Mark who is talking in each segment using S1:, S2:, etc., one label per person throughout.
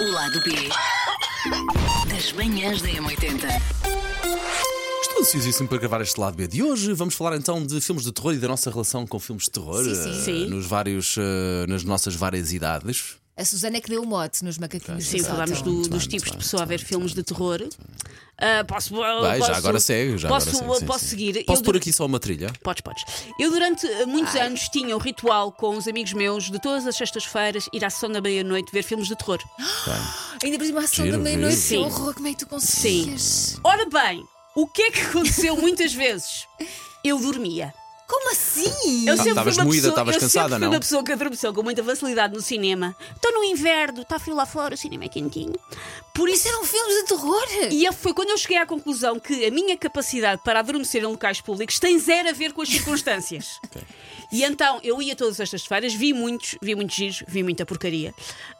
S1: O lado B das manhãs da M80.
S2: Estou ansiosíssimo para gravar este lado B de hoje. Vamos falar então de filmes de terror e da nossa relação com filmes de terror
S3: Sim, sim.
S2: eh,
S4: Sim.
S2: Nos vários, eh, nas nossas várias idades.
S3: A Susana é que deu o mote nos macaquinhos.
S4: Sim,
S3: do sótão.
S4: falámos do-
S2: muito
S4: dos
S2: bem,
S4: tipos
S2: muito
S4: de
S2: bem,
S4: pessoa a ver
S2: muito bem,
S4: filmes de
S2: muito
S4: terror. Ah, posso,
S2: Vai,
S4: posso-
S2: já agora segue. Já
S4: posso,
S2: agora segue, sim,
S4: posso
S2: sim.
S4: seguir.
S2: Posso
S4: Eu
S2: pôr
S4: dur-
S2: aqui só uma trilha?
S4: Podes, podes. Eu durante eh, muitos anos tinha um ritual com os amigos meus de todas as sextas-feiras ir à sessão da meia-noite ver filmes de terror.
S3: Ainda por cima, a sessão da
S2: Giro,
S3: meia-noite.
S2: giro.
S3: que
S4: Sim.
S3: horror, como é que tu conseguias?
S4: Ora bem, o que é que aconteceu muitas vezes? Eu dormia.
S3: Como assim?
S4: Eu
S2: Ah,
S4: sempre fui
S2: estavas
S4: uma
S2: moída,
S4: pessoa-
S2: estavas
S4: eu sempre
S2: cansada,
S4: fui
S2: não?
S4: uma pessoa que adormeceu com muita facilidade no cinema. Estou no inverno, está frio lá fora, o cinema é quentinho. Por isso
S3: Isso eram filmes de terror?
S4: E eu- foi quando eu cheguei à conclusão que a minha capacidade para adormecer em locais públicos tem zero a ver com as circunstâncias. E então eu ia todas estas feiras, vi muitos, vi muitos giros, vi muita porcaria.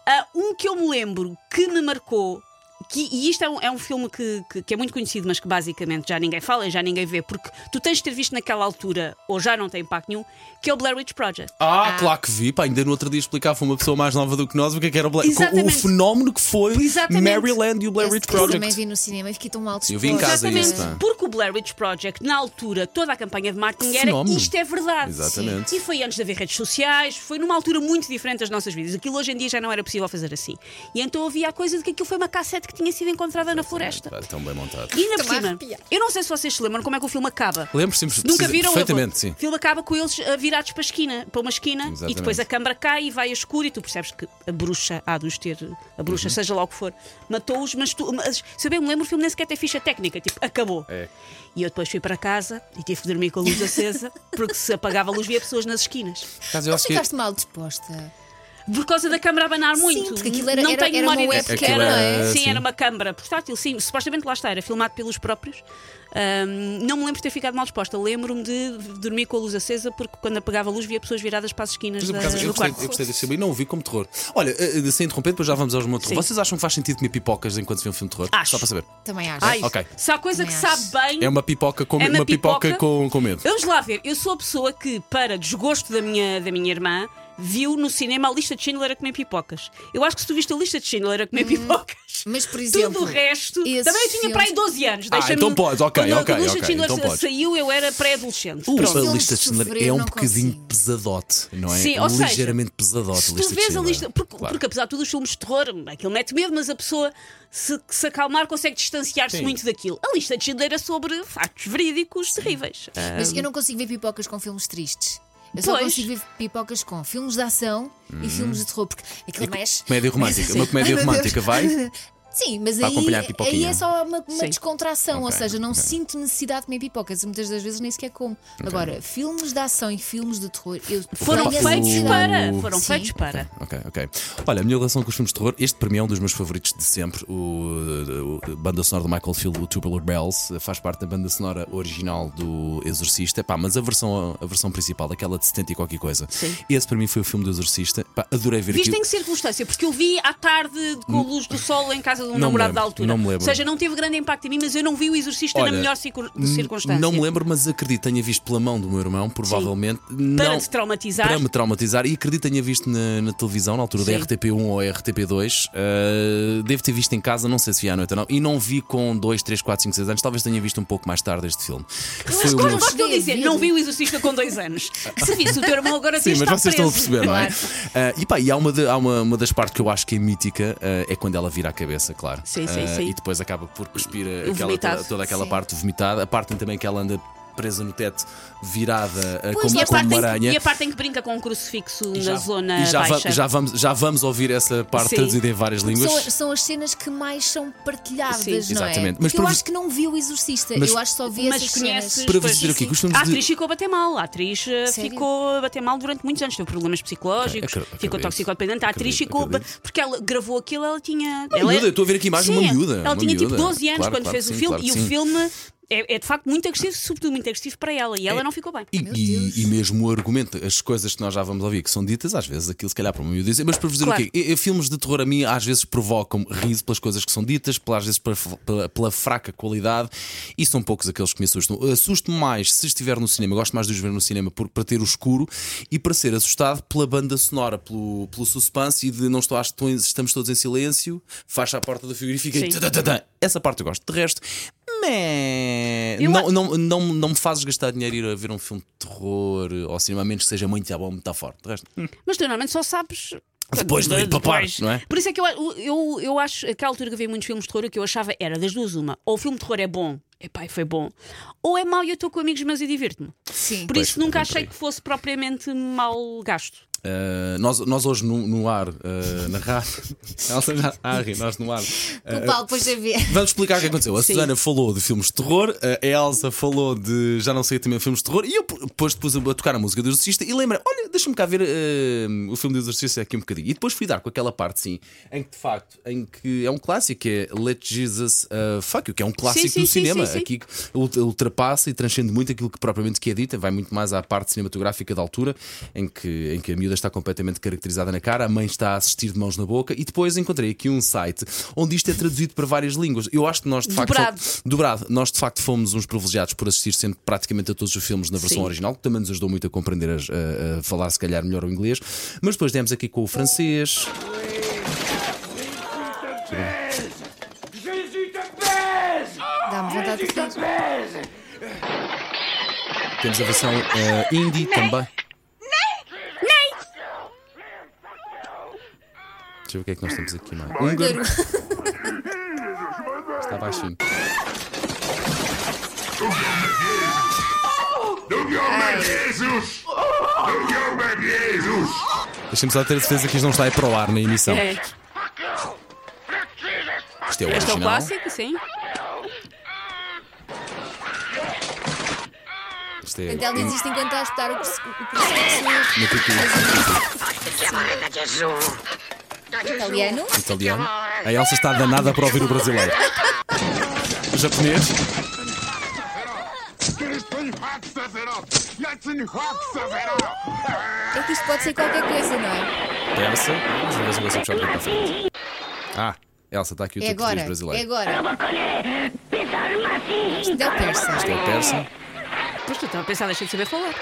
S4: Ah, um que eu me lembro que me marcou. Que, e isto é um, é um filme que, que- que é muito conhecido, mas que basicamente já ninguém fala e já ninguém vê, porque tu tens de ter visto naquela altura, ou já não tem impacto nenhum, que é o Blair Witch Project.
S2: Ah, claro que vi. Pá, ainda no outro dia explicava a uma pessoa mais nova do que nós o que é que era o Blair O
S4: Exatamente.
S2: fenómeno que foi
S4: Exatamente.
S2: Maryland e o Blair Witch
S3: Esse- esse também
S2: Project.
S3: vi no cinema e fiquei tão alto.
S2: Eu vi em casa
S4: Exatamente,
S2: isso, pá.
S4: porque o Blair Witch Project, na altura, toda a campanha de marketing
S2: Que
S4: era
S2: fenómeno.
S4: isto é verdade.
S2: Exatamente.
S4: E foi antes de haver redes sociais, foi numa altura muito diferente das nossas vidas. Aquilo hoje em dia já não era possível fazer assim. E então havia a coisa de que aquilo foi uma cassete que tinha sido encontrada na floresta.
S2: Pá, Tão bem montado.
S4: E ainda por
S3: Estou-me a
S4: cima,
S3: arrepiar.
S4: eu não sei se vocês se lembram como é que o filme acaba.
S2: Lembro-me sempre
S4: Nunca
S2: precisa-
S4: viram
S2: perfeitamente,
S4: o
S2: sim.
S4: filme acaba com eles ah, virados para a esquina, para uma esquina,
S2: Exatamente.
S4: e depois a câmara cai e vai a escuro e tu percebes que a bruxa há de os ter, a
S2: Uhum.
S4: bruxa, seja lá o que for, matou-os, mas tu, mas, se eu bem me lembro, o filme nem sequer tem ficha técnica, tipo, acabou.
S2: É.
S4: E eu depois fui para casa e tive que dormir com a luz acesa, porque se apagava a luz via pessoas nas esquinas.
S2: Caso eu
S3: Mas
S2: acho que-
S3: ficaste mal disposta.
S4: Por causa da câmara a banar muito.
S3: porque aquilo era-
S4: não
S3: era-
S4: tenho
S3: era uma
S4: memória
S3: webcam,
S4: desse.
S2: Aquilo não é? era-
S4: Sim,
S2: sim.
S4: era uma câmara portátil, sim. Supostamente lá está, era filmado pelos próprios. Ahm, não me lembro de ter ficado mal disposta. Lembro-me de dormir com a luz acesa, porque quando apagava a luz via pessoas viradas para as esquinas
S2: Mas, é
S4: da,
S2: por acaso, eu,
S4: do
S2: gostei,
S4: quarto.
S2: eu gostei desse filme e não o vi como terror. Olha, eh, eh, sem interromper, depois já vamos aos meu terror.
S4: Sim.
S2: Vocês acham que faz sentido comer pipocas enquanto se vê um filme de terror?
S4: Acho.
S2: Só para saber.
S3: Também acho.
S4: Ai,
S2: Ok.
S4: Se há coisa que
S3: Também
S4: sabe
S3: acho.
S4: bem.
S2: É uma pipoca com,
S4: É
S2: uma pipoca com, com medo.
S4: Vamos lá ver, eu sou a pessoa que, para desgosto da minha, da minha irmã, viu no cinema a lista de Schindler a comer pipocas. Eu acho que se tu viste a lista de Schindler a comer
S3: Uhum.
S4: pipocas.
S3: Mas, por
S4: Tudo
S3: exemplo,
S4: o resto.
S3: esses
S4: Também eu tinha para aí
S3: filmes-
S4: 12 anos.
S2: Ah,
S4: deixa-me-
S2: então podes, ok,
S4: Quando
S2: ok,
S4: a lista
S2: ok,
S4: de Schindler
S2: então
S4: sa-
S2: podes.
S4: saiu, eu era pré-adolescente.
S2: Uh,
S4: Pronto.
S2: a
S3: filmes
S2: lista de
S3: de
S2: Schindler
S3: sofrer,
S2: é um
S3: não
S2: bocadinho
S3: consigo.
S2: pesadote, não é?
S4: Sim, ou seja,
S2: Ligeiramente pesadote.
S4: Se
S2: a
S4: tu
S2: lista de
S4: vês a
S2: Schindler.
S4: lista. Porque,
S2: Claro.
S4: porque apesar de tudo, os filmes de terror, aquilo mete medo, mas a pessoa, se, se acalmar, consegue distanciar-se
S2: Sim.
S4: muito daquilo. A lista de Schindler é sobre factos verídicos terríveis. Ah,
S3: Mas eu não consigo ver pipocas com filmes tristes. Eu só
S4: Pois.
S3: consigo ver pipocas com filmes de ação e filmes de terror, porque aquilo mexe.
S2: Uhum. É Comédia romântica.
S4: assim,
S3: Sim.
S2: Uma
S3: Ai,
S2: comédia
S3: meu Deus.
S2: romântica, vai?
S3: Sim, mas
S2: Para
S3: aí,
S2: acompanhar a pipoquinha.
S3: aí é só uma, uma
S4: Sim.
S3: descontração, ou
S2: Ok,
S3: seja, não
S2: ok.
S3: sinto necessidade de comer pipocas, muitas das vezes nem sequer como. Agora, filmes de ação e filmes de terror, eu
S4: Foram
S3: tenho essa
S4: feitos
S3: necessidade.
S4: para. Foram
S3: Sim.
S4: feitos para.
S2: Ok, ok. Olha, a minha relação com os filmes de terror, este para mim é um dos meus favoritos de sempre. O, o- a banda sonora do Michael Field, o Tubular Bells, faz parte da banda sonora original do Exorcista. Pá, mas a versão, a versão principal, aquela de 70 e qualquer coisa.
S4: Sim.
S2: Esse para mim foi o filme do Exorcista. Pá, adorei ver
S4: Viste
S2: aquilo.
S4: em que circunstância? Porque eu vi à tarde com a luz do sol em casa de um
S2: Hum. Não me
S4: namorado
S2: lembro,
S4: da altura.
S2: não me lembro.
S4: Ou seja, não teve grande impacto em mim, mas eu não vi o exorcista
S2: Olha,
S4: na melhor circun-
S2: N-
S4: circunstância.
S2: Não me lembro, mas acredito que tenha visto pela mão do meu irmão, provavelmente. Não,
S4: Para te traumatizar.
S2: Para me traumatizar. E acredito que tenha visto na, na televisão, na altura da
S4: Tá. Sim.
S2: RTP1 ou RTP2. Uh, devo ter visto em casa, não sei se vi à noite ou não. E não vi com 2, 3, 4, 5, 6 anos. Talvez tenha visto um pouco mais tarde este filme. Foi um
S4: Mas
S2: o
S4: claro,
S2: meu-
S4: gosto de é eu
S3: Devia
S4: dizer,
S3: ver.
S4: não vi o exorcista com dois anos. Se visse o teu irmão agora
S2: Sim,
S4: diz,
S2: mas
S4: está
S2: vocês estão a
S4: preso.
S2: perceber, não é?
S3: Claro.
S2: Ah, e pá, e há, uma, de- há uma, uma das partes que eu acho que é mítica, ah, é quando ela vira a cabeça, claro.
S4: Sim, sim,
S2: Ah,
S4: sim.
S2: E depois acaba por cuspir a-
S4: O
S2: aquela,
S4: vomitado.
S2: toda, toda aquela
S3: Sim.
S2: parte vomitada, a parte em também que ela anda presa no teto, virada ah,
S3: Pois,
S2: como,
S4: E a,
S2: como
S4: parte
S2: uma
S4: em que,
S2: aranha.
S4: e a parte em que brinca com um crucifixo
S2: E
S4: na
S2: já-
S4: zona
S2: e já, va-
S4: baixa.
S2: já vamos, já vamos ouvir essa parte
S4: Sim.
S2: traduzida em várias línguas.
S3: São, são as cenas que mais são partilhadas,
S4: Sim.
S3: não é?
S2: Exatamente. Mas
S3: Porque eu
S2: provi-
S3: acho que não vi o Exorcista,
S2: Mas-
S3: eu acho que só vi
S4: Mas
S3: essas
S4: conheces.
S3: cenas.
S2: Para vos
S4: pois,
S2: dizer
S4: sim,
S2: aqui,
S4: sim.
S2: que os filmes
S4: A
S2: de-
S4: atriz ficou a bater mal. A atriz eh,
S3: Sério?
S4: ficou a bater mal durante muitos anos. Teve problemas psicológicos,
S2: Ok, acre-
S4: ficou
S2: acredito.
S4: toxicodependente. A atriz
S2: Acredito,
S4: ficou. ba-
S2: acredito.
S4: Porque ela gravou aquilo, ela tinha.
S2: Uma
S4: ela é-
S2: miúda, eu estou a ver aqui a imagem,
S4: Sim,
S2: uma miúda,
S4: Ela
S2: uma
S4: tinha tipo
S2: miúda.
S4: 12 anos
S2: Claro,
S4: quando
S2: claro
S4: fez
S2: que
S4: o
S2: sim,
S4: filme
S2: claro que
S4: e o
S2: sim.
S4: filme. É, é de facto muito agressivo, sobretudo muito agressivo para ela. E ela não ficou bem.
S2: É, E,
S3: Meu
S2: e-
S3: Deus.
S2: e mesmo o argumento, as coisas que nós já vamos ouvir que são ditas, às vezes aquilo se calhar para mim dizer, mas para vos dizer
S4: Claro.
S2: o quê? E- e filmes de terror a mim às vezes provocam riso pelas coisas que são ditas, pela- às vezes pela, pela- pela fraca qualidade e são poucos aqueles que me assustam. Assusto-me mais se estiver no cinema, eu gosto mais de os ver no cinema porque para ter o escuro e para ser assustado pela banda sonora, pelo, pelo suspense e de não estou, acho que estou em- estamos todos em silêncio, fecha a porta do frigorífico e
S4: Sim.
S2: tã, tã, tã. essa parte eu gosto. De resto, meh,
S4: Eu
S2: não,
S4: acho-
S2: não, não, não me fazes gastar dinheiro ir a ver um filme de terror ou cinema, a menos que seja muito à bom, muito à forte. De resto, hum.
S4: Mas tu normalmente só sabes.
S2: Depois de ir para
S4: Depois.
S2: parte, não é?
S4: Por isso é que eu, eu, eu acho que a altura que eu vi muitos filmes de terror, o que eu achava era das duas uma. Ou o filme de terror é bom, epá, e foi bom. Ou é mau e eu estou com amigos meus e divirto-me.
S3: Sim.
S4: Por
S2: Pois,
S4: isso nunca
S2: é bem por
S4: achei
S2: aí.
S4: que fosse propriamente mal gasto.
S2: Ah, nós, nós hoje no, no ar, ah, na rádio, Elsa já está a rir, nós no ar.
S3: O
S2: eh,
S3: Paulo depois de ver.
S2: Vamos explicar o que aconteceu. A
S4: Sim.
S2: Susana falou de filmes de terror, eh, a Elsa falou de já não sei também filmes de terror, e eu p- depois pus a a tocar a música do Exorcista e lembra, olha, deixa-me cá ver eh, o filme do Exorcista aqui um bocadinho. E depois fui dar com aquela parte, sim, em que de facto, em que é um clássico, que é Let Jesus eh, Fuck You, que é um clássico
S4: sim,
S2: do
S4: sim,
S2: cinema.
S4: sim, sim.
S2: Aqui ult- ultrapassa e transcende muito aquilo que propriamente que é dita, vai muito mais à parte cinematográfica da altura, em que, em que a miúda está completamente caracterizada na cara, a mãe está a assistir de mãos na boca, e depois encontrei aqui um site onde isto é traduzido para várias línguas. Eu acho que nós de facto.
S4: Dobrado.
S2: fomos- dobrado. Nós de facto fomos uns privilegiados por assistir sempre praticamente a todos os filmes na versão
S4: Sim.
S2: original, que também nos ajudou muito a compreender, as- a, a falar se calhar melhor o inglês, mas depois demos aqui com o francês.
S5: Jésus te pèse
S3: Dá-me vontade de
S5: Jésus
S3: rir.
S5: te pèse
S2: Temos a versão eh, indie também. Deixa eu ver o que é que nós temos aqui mais. Húngaro. Está baixinho.
S5: Não me amem, Jesus Não me amem, Jesus
S2: Deixa-me só ter a certeza que isto não está aí para o ar na emissão.
S4: É.
S2: Isto é o
S4: Este é o
S2: original.
S4: clássico, sim.
S2: Isto é
S3: Ela diz isto enquanto está a espetar o perse- o processo
S2: no título
S3: italiano.
S2: italiano. A Elsa está danada para ouvir o brasileiro. Japonês.
S5: Kirsten Haxaverov Yatsin Haxaverov
S3: É que isto pode ser qualquer coisa, não é?
S2: Persa. Vamos ver se eu consigo puxar para frente. Ah, Elsa, está aqui o
S3: É
S2: teu
S3: agora.
S2: Tipo português
S3: É
S2: brasileiro.
S3: agora. Isto é o persa.
S2: Isto é o persa.
S4: Mas tu estava a pensar, deixa de saber falar.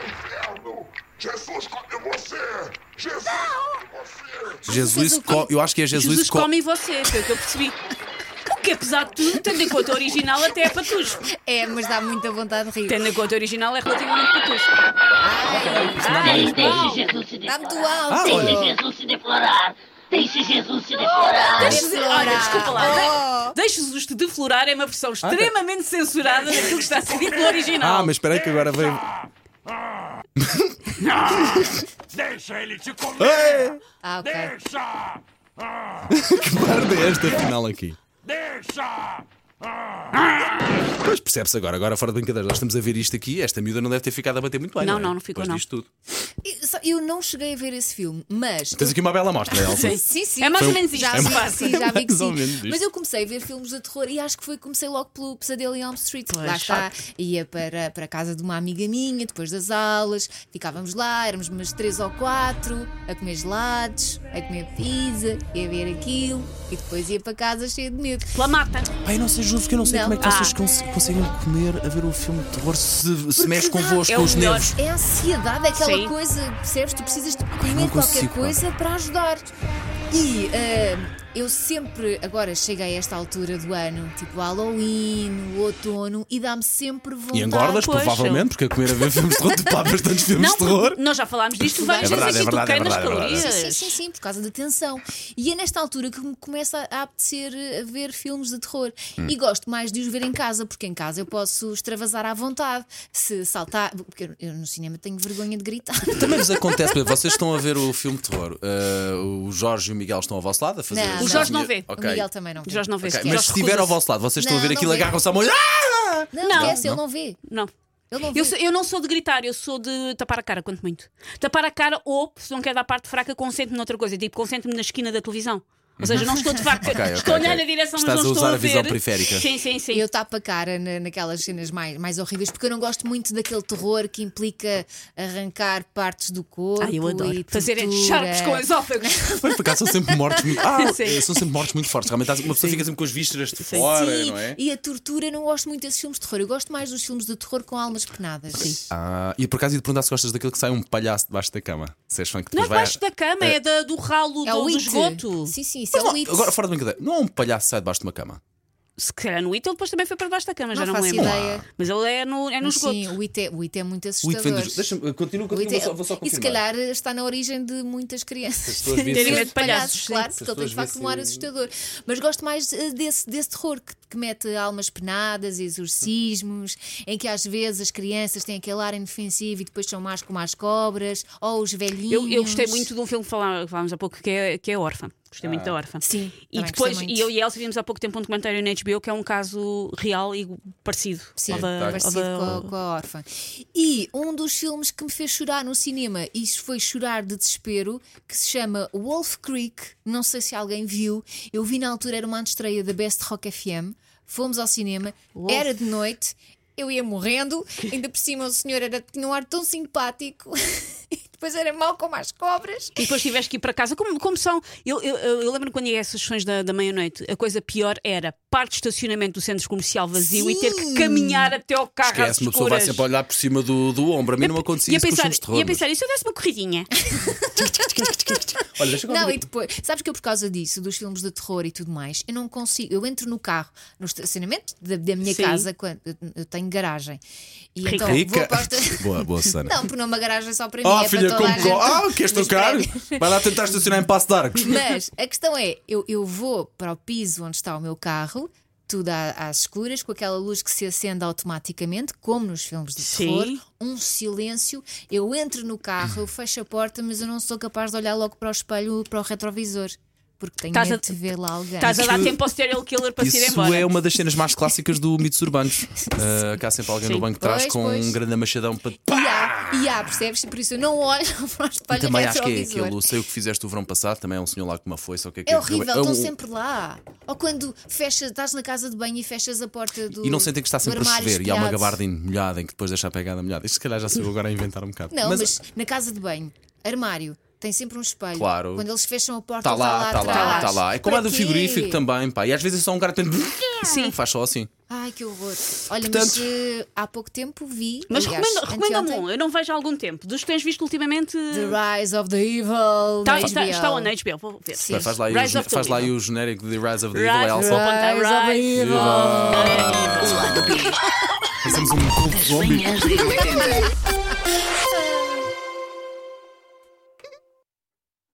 S5: Inferno Jesus come você Jesus come você
S2: Jesus, co- eu acho que é Jesus,
S4: Jesus
S2: co-
S4: come e você, foi o que eu percebi. O que apesar de tudo, tendo em conta o original, até é patujo.
S3: É, mas dá muita vontade de rir.
S4: Tendo em conta o original, é relativamente patujo.
S1: Ai, deixe Jesus se
S3: Dá-me do
S1: deplorar.
S2: Ah,
S3: Tá alto.
S2: olha.
S1: Deixe Jesus se deplorar. Deixe Jesus se deplorar.
S4: Deixa- Olha, desculpa lá.
S3: Oh.
S4: De- Deixa-os de deflorar é uma versão extremamente censurada daquilo que está a ser dito no original.
S2: Ah, mas espera aí que agora vem.
S5: Deixa ele te comer
S4: É.
S2: Ei!
S3: Ah, ok.
S5: Deixa
S2: Que merda é esta final aqui?
S5: Deixa
S2: Pois percebe-se agora, agora fora de brincadeira, nós estamos a ver isto aqui. Esta miúda não deve ter ficado a bater muito bem.
S4: Não,
S2: é?
S4: não, não ficou,
S2: Depois
S4: não.
S2: disto tudo.
S3: Eu só- Eu não cheguei a ver esse filme, mas.
S2: Tens aqui uma bela amostra, Elsa.
S3: Sim, sim.
S4: É mais ou
S2: Foi-
S4: menos isto.
S3: Já
S4: que se
S3: vi que
S4: passa.
S3: sim, já vi que
S2: Mais ou menos
S3: sim.
S2: isto.
S3: Mas eu comecei a ver filmes de terror e acho que foi comecei logo pelo Pesadelo em Elm Street.
S4: Pois.
S3: lá está. Ia para, para a casa de uma amiga minha, depois das aulas, ficávamos lá, éramos umas três ou quatro, a comer gelados, a comer pizza, e a ver aquilo, e depois ia para casa cheia de medo.
S4: Pela mata.
S2: Pai, não sei, juro que eu não sei
S3: Não.
S2: como é que vocês
S4: Ah.
S2: cons- conseguem comer a ver o filme de terror se, se mexe
S3: dá-
S2: convosco,
S4: é
S2: com
S4: o
S2: os
S4: melhor.
S2: nervos.
S3: É a ansiedade, é aquela
S4: Sim.
S3: coisa, percebes? Tu precisas de
S2: não
S3: comer
S2: consigo,
S3: qualquer
S2: pá.
S3: coisa para ajudar. E ah, eu sempre, agora cheguei a esta altura do ano, tipo Halloween, o outono, e dá-me sempre vontade.
S2: E engordas,
S4: pois,
S2: provavelmente, porque a comer a ver filmes de terror, tu pá, bastantes filmes
S4: Não,
S2: de terror.
S4: porque nós já falámos disto
S3: É
S4: várias
S2: verdade,
S4: vezes aqui.
S2: é
S4: Tu
S2: verdade, é
S4: cai nas
S2: verdade, é verdade.
S4: calorias.
S3: Sim, sim, sim, sim, por causa da tensão. E é nesta altura que me começa a apetecer a ver filmes de terror.
S2: Hum.
S3: E gosto mais de os ver em casa, porque em casa eu posso extravasar à vontade. Se saltar. Porque eu- eu no cinema tenho vergonha de gritar.
S2: Também vos acontece, por exemplo, vocês estão a ver o filme de terror. uh, o Jorge e o Miguel estão ao vosso lado a fazer.
S3: Não,
S2: as
S3: não. O
S4: Jorge não
S2: minhas-
S4: vê.
S2: Ok.
S3: O Miguel também não vê.
S4: Jorge não vê
S2: Ok,
S4: sequer.
S2: Mas
S4: Jorge
S2: se estiver ao
S4: recusa-se.
S2: vosso lado, vocês estão a
S3: Não,
S2: ver
S3: não
S2: aquilo,
S3: vê.
S2: agarram-se à mão. Ah!
S3: Não,
S4: Não.
S3: esquece, ele não vê.
S4: Não.
S3: Ele não vê.
S4: Eu, sou- eu não sou de gritar, eu sou de tapar a cara, quanto muito. Tapar a cara ou, se não quer dar parte fraca, consente-me noutra coisa. Tipo, consente-me na esquina da televisão. Ou seja, não estou de facto.
S2: Uhum. Ok, ok,
S4: estou a olhar
S2: ok.
S4: na direção,
S2: Estás
S4: mas não
S2: a usar
S4: estou
S2: a visão
S4: ver.
S2: periférica.
S4: Sim, sim, sim.
S3: Eu tapo a cara na- naquelas cenas mais, mais horríveis, porque eu não gosto muito daquele terror que implica arrancar partes do corpo.
S4: Ah, eu adoro.
S3: e
S4: Fazerem
S3: tortura.
S4: sharps com esófagos.
S2: Mas por acaso são sempre mortes muito. Ah,
S4: Sim.
S2: eh, são sempre mortes muito fortes. Realmente há- uma pessoa fica sempre com as vísceras de fora,
S3: Sim,
S2: não é?
S3: e a tortura, eu não gosto muito desses filmes de terror. Eu gosto mais dos filmes de terror com almas penadas.
S2: Ah, e por acaso ia te perguntar se gostas daquele que sai um palhaço debaixo da cama. Se és fã que
S4: Não
S2: depois
S4: é
S2: vai.
S4: debaixo da cama, é, da- do ralo
S3: É
S4: do,
S3: o
S4: do
S3: It.
S4: esgoto.
S3: Sim, sim, isso
S2: Mas
S3: é
S2: não,
S3: o It.
S2: agora, fora de brincadeira, não há um palhaço que sai debaixo de uma cama.
S4: Se calhar no It, ele depois também foi para debaixo da cama, já
S3: Não
S4: não me
S3: faço
S4: lembro.
S3: ideia.
S4: Mas ele é no, é no
S3: Mas
S4: esgoto.
S3: sim, o IT, é, o IT é muito
S2: O It
S3: assustador.
S2: vem um dos. Deixa-me, eh, continua,
S3: O It
S2: continua,
S3: é-
S2: vou só, vou só
S3: e se
S2: confirmar.
S3: calhar está na origem de muitas crianças
S2: As pessoas vêm
S4: Terem
S2: sempre-
S4: medo de palhaços, sim.
S3: claro,
S2: As
S3: porque ele tem de
S2: pessoas
S3: facto um ar
S2: vê-se-
S3: assustador. Mas gosto mais eh, desse, desse terror que, que mete almas penadas, exorcismos, em que às vezes as crianças têm aquele ar inofensivo e depois são más como as cobras, ou os velhinhos.
S4: Eu, eu gostei muito de um filme que falá- falámos há pouco que é, que é Órfã. Gostei
S2: Ah.
S4: muito da Órfã.
S3: Sim,
S4: E
S3: também
S4: depois,
S3: gostei muito.
S4: e eu e a Elsa vimos há pouco tempo um documentário na HBO que é um caso real e parecido.
S3: Sim,
S4: ao da- ao
S3: parecido
S4: da-
S3: com, a, com a órfã. E um dos filmes que me fez chorar no cinema, e isso foi chorar de desespero, que se chama Wolf Creek. Não sei se alguém viu. Eu vi na altura, era uma estreia da Best Rock FM. Fomos ao cinema, era de noite, eu ia morrendo, ainda por cima o senhor era, tinha um ar tão simpático. e Depois era mau como as cobras.
S4: E depois tiveste que ir para casa. Como, como são. Eu, eu, eu- eu lembro quando ia a essas sessões da, da meia-noite, a coisa pior era parte de estacionamento do centro comercial vazio e ter que
S3: Sim.
S4: caminhar até ao carro. às
S2: Esquece, uma pessoa vai
S4: escuras.
S2: sempre olhar por cima do, do ombro. A mim não acontecia
S4: E a
S2: isso com os
S4: pensar,
S2: filmes de terror.
S4: e a pensar, e se eu desse uma corridinha?
S2: mas- Olha, deixa eu
S3: Não,
S2: ver-
S3: e depois, sabes que eu por causa disso, dos filmes de terror e tudo mais, eu não consigo. Eu entro no carro, no estacionamento da, da minha
S4: Sim.
S3: casa, quando eu, eu tenho garagem. E
S4: Rica.
S3: então vou
S2: Rica.
S3: para o esta-
S2: Boa, boa, Susana.
S3: Não, porque não é uma garagem só para mim,
S2: Ah,
S3: é
S2: filha,
S3: para toda
S2: como.
S3: a gente.
S2: Ah, queres
S3: Mas
S2: trocar?
S3: espera.
S2: Vai lá tentar estacionar em Passo de Arcos.
S3: Mas a questão é: eu, eu vou para o piso onde está o meu carro, tudo à- às escuras, com aquela luz que se acende automaticamente, como nos filmes de
S4: Sim.
S3: terror, um silêncio. Eu entro no carro, eu fecho a porta, mas eu não sou capaz de olhar logo para o espelho, para o retrovisor, porque tenho
S4: Tás a-
S3: medo de ver lá alguém.
S4: Estás a dar tempo ao serial killer para se ir
S2: Isso
S4: embora.
S2: é uma das cenas mais clássicas do Mitos Urbanos. Ah, que há sempre alguém
S4: Sim.
S2: no banco de trás
S3: Pois,
S2: com
S3: pois.
S2: um grande machadão para.
S3: E há, e há, percebes? Por isso eu não olho para o
S2: E
S3: espelho
S2: também acho que é
S3: retrovisor.
S2: aquilo, sei o que fizeste o verão passado, também é um senhor lá com uma foice. ou o que é, que
S3: É horrível,
S2: É um-
S3: estão sempre lá. Ou quando fechas, estás na casa de banho e fechas a porta do.
S2: E não sentem que está
S3: do
S2: sempre a
S3: armário
S2: chover e há uma
S3: espelhado.
S2: gabardina molhada em que depois deixa a pegada molhada. Isto se calhar já saiu agora a inventar um bocado.
S3: Não, mas... na casa de banho, armário, tem sempre um espelho.
S2: Claro.
S3: Quando eles fecham a porta,
S2: Está lá, está lá,
S3: atrás.
S2: está lá. É como a
S3: Para
S2: do
S3: quê?
S2: frigorífico também, pá. E às vezes é só um cara que tem. Sim. Faz só assim.
S3: Ai, que horror. Olha, mas
S2: Portanto-
S3: eh, há pouco tempo vi.
S4: Mas
S3: aliás,
S4: recomenda- recomenda-me
S3: anteontem,
S4: um, eu não vejo há algum tempo. Dos que tens visto ultimamente.
S3: The Rise of the Evil.
S4: Está,
S3: na
S4: Tá, está,
S3: HBO.
S4: está on HBO, vou ver.
S3: Sim.
S2: Bem, faz lá, aí o,
S4: Rise
S2: gene-
S4: of the
S2: faz lá aí
S4: Evil.
S2: o genérico de Rise of the
S4: Rise-
S2: Evil, Elsa.
S4: Aponta,
S3: Rise of the
S4: Rise.
S3: Evil.
S2: Fazemos um clube de
S1: Das
S2: zombies.
S1: manhãs da 80.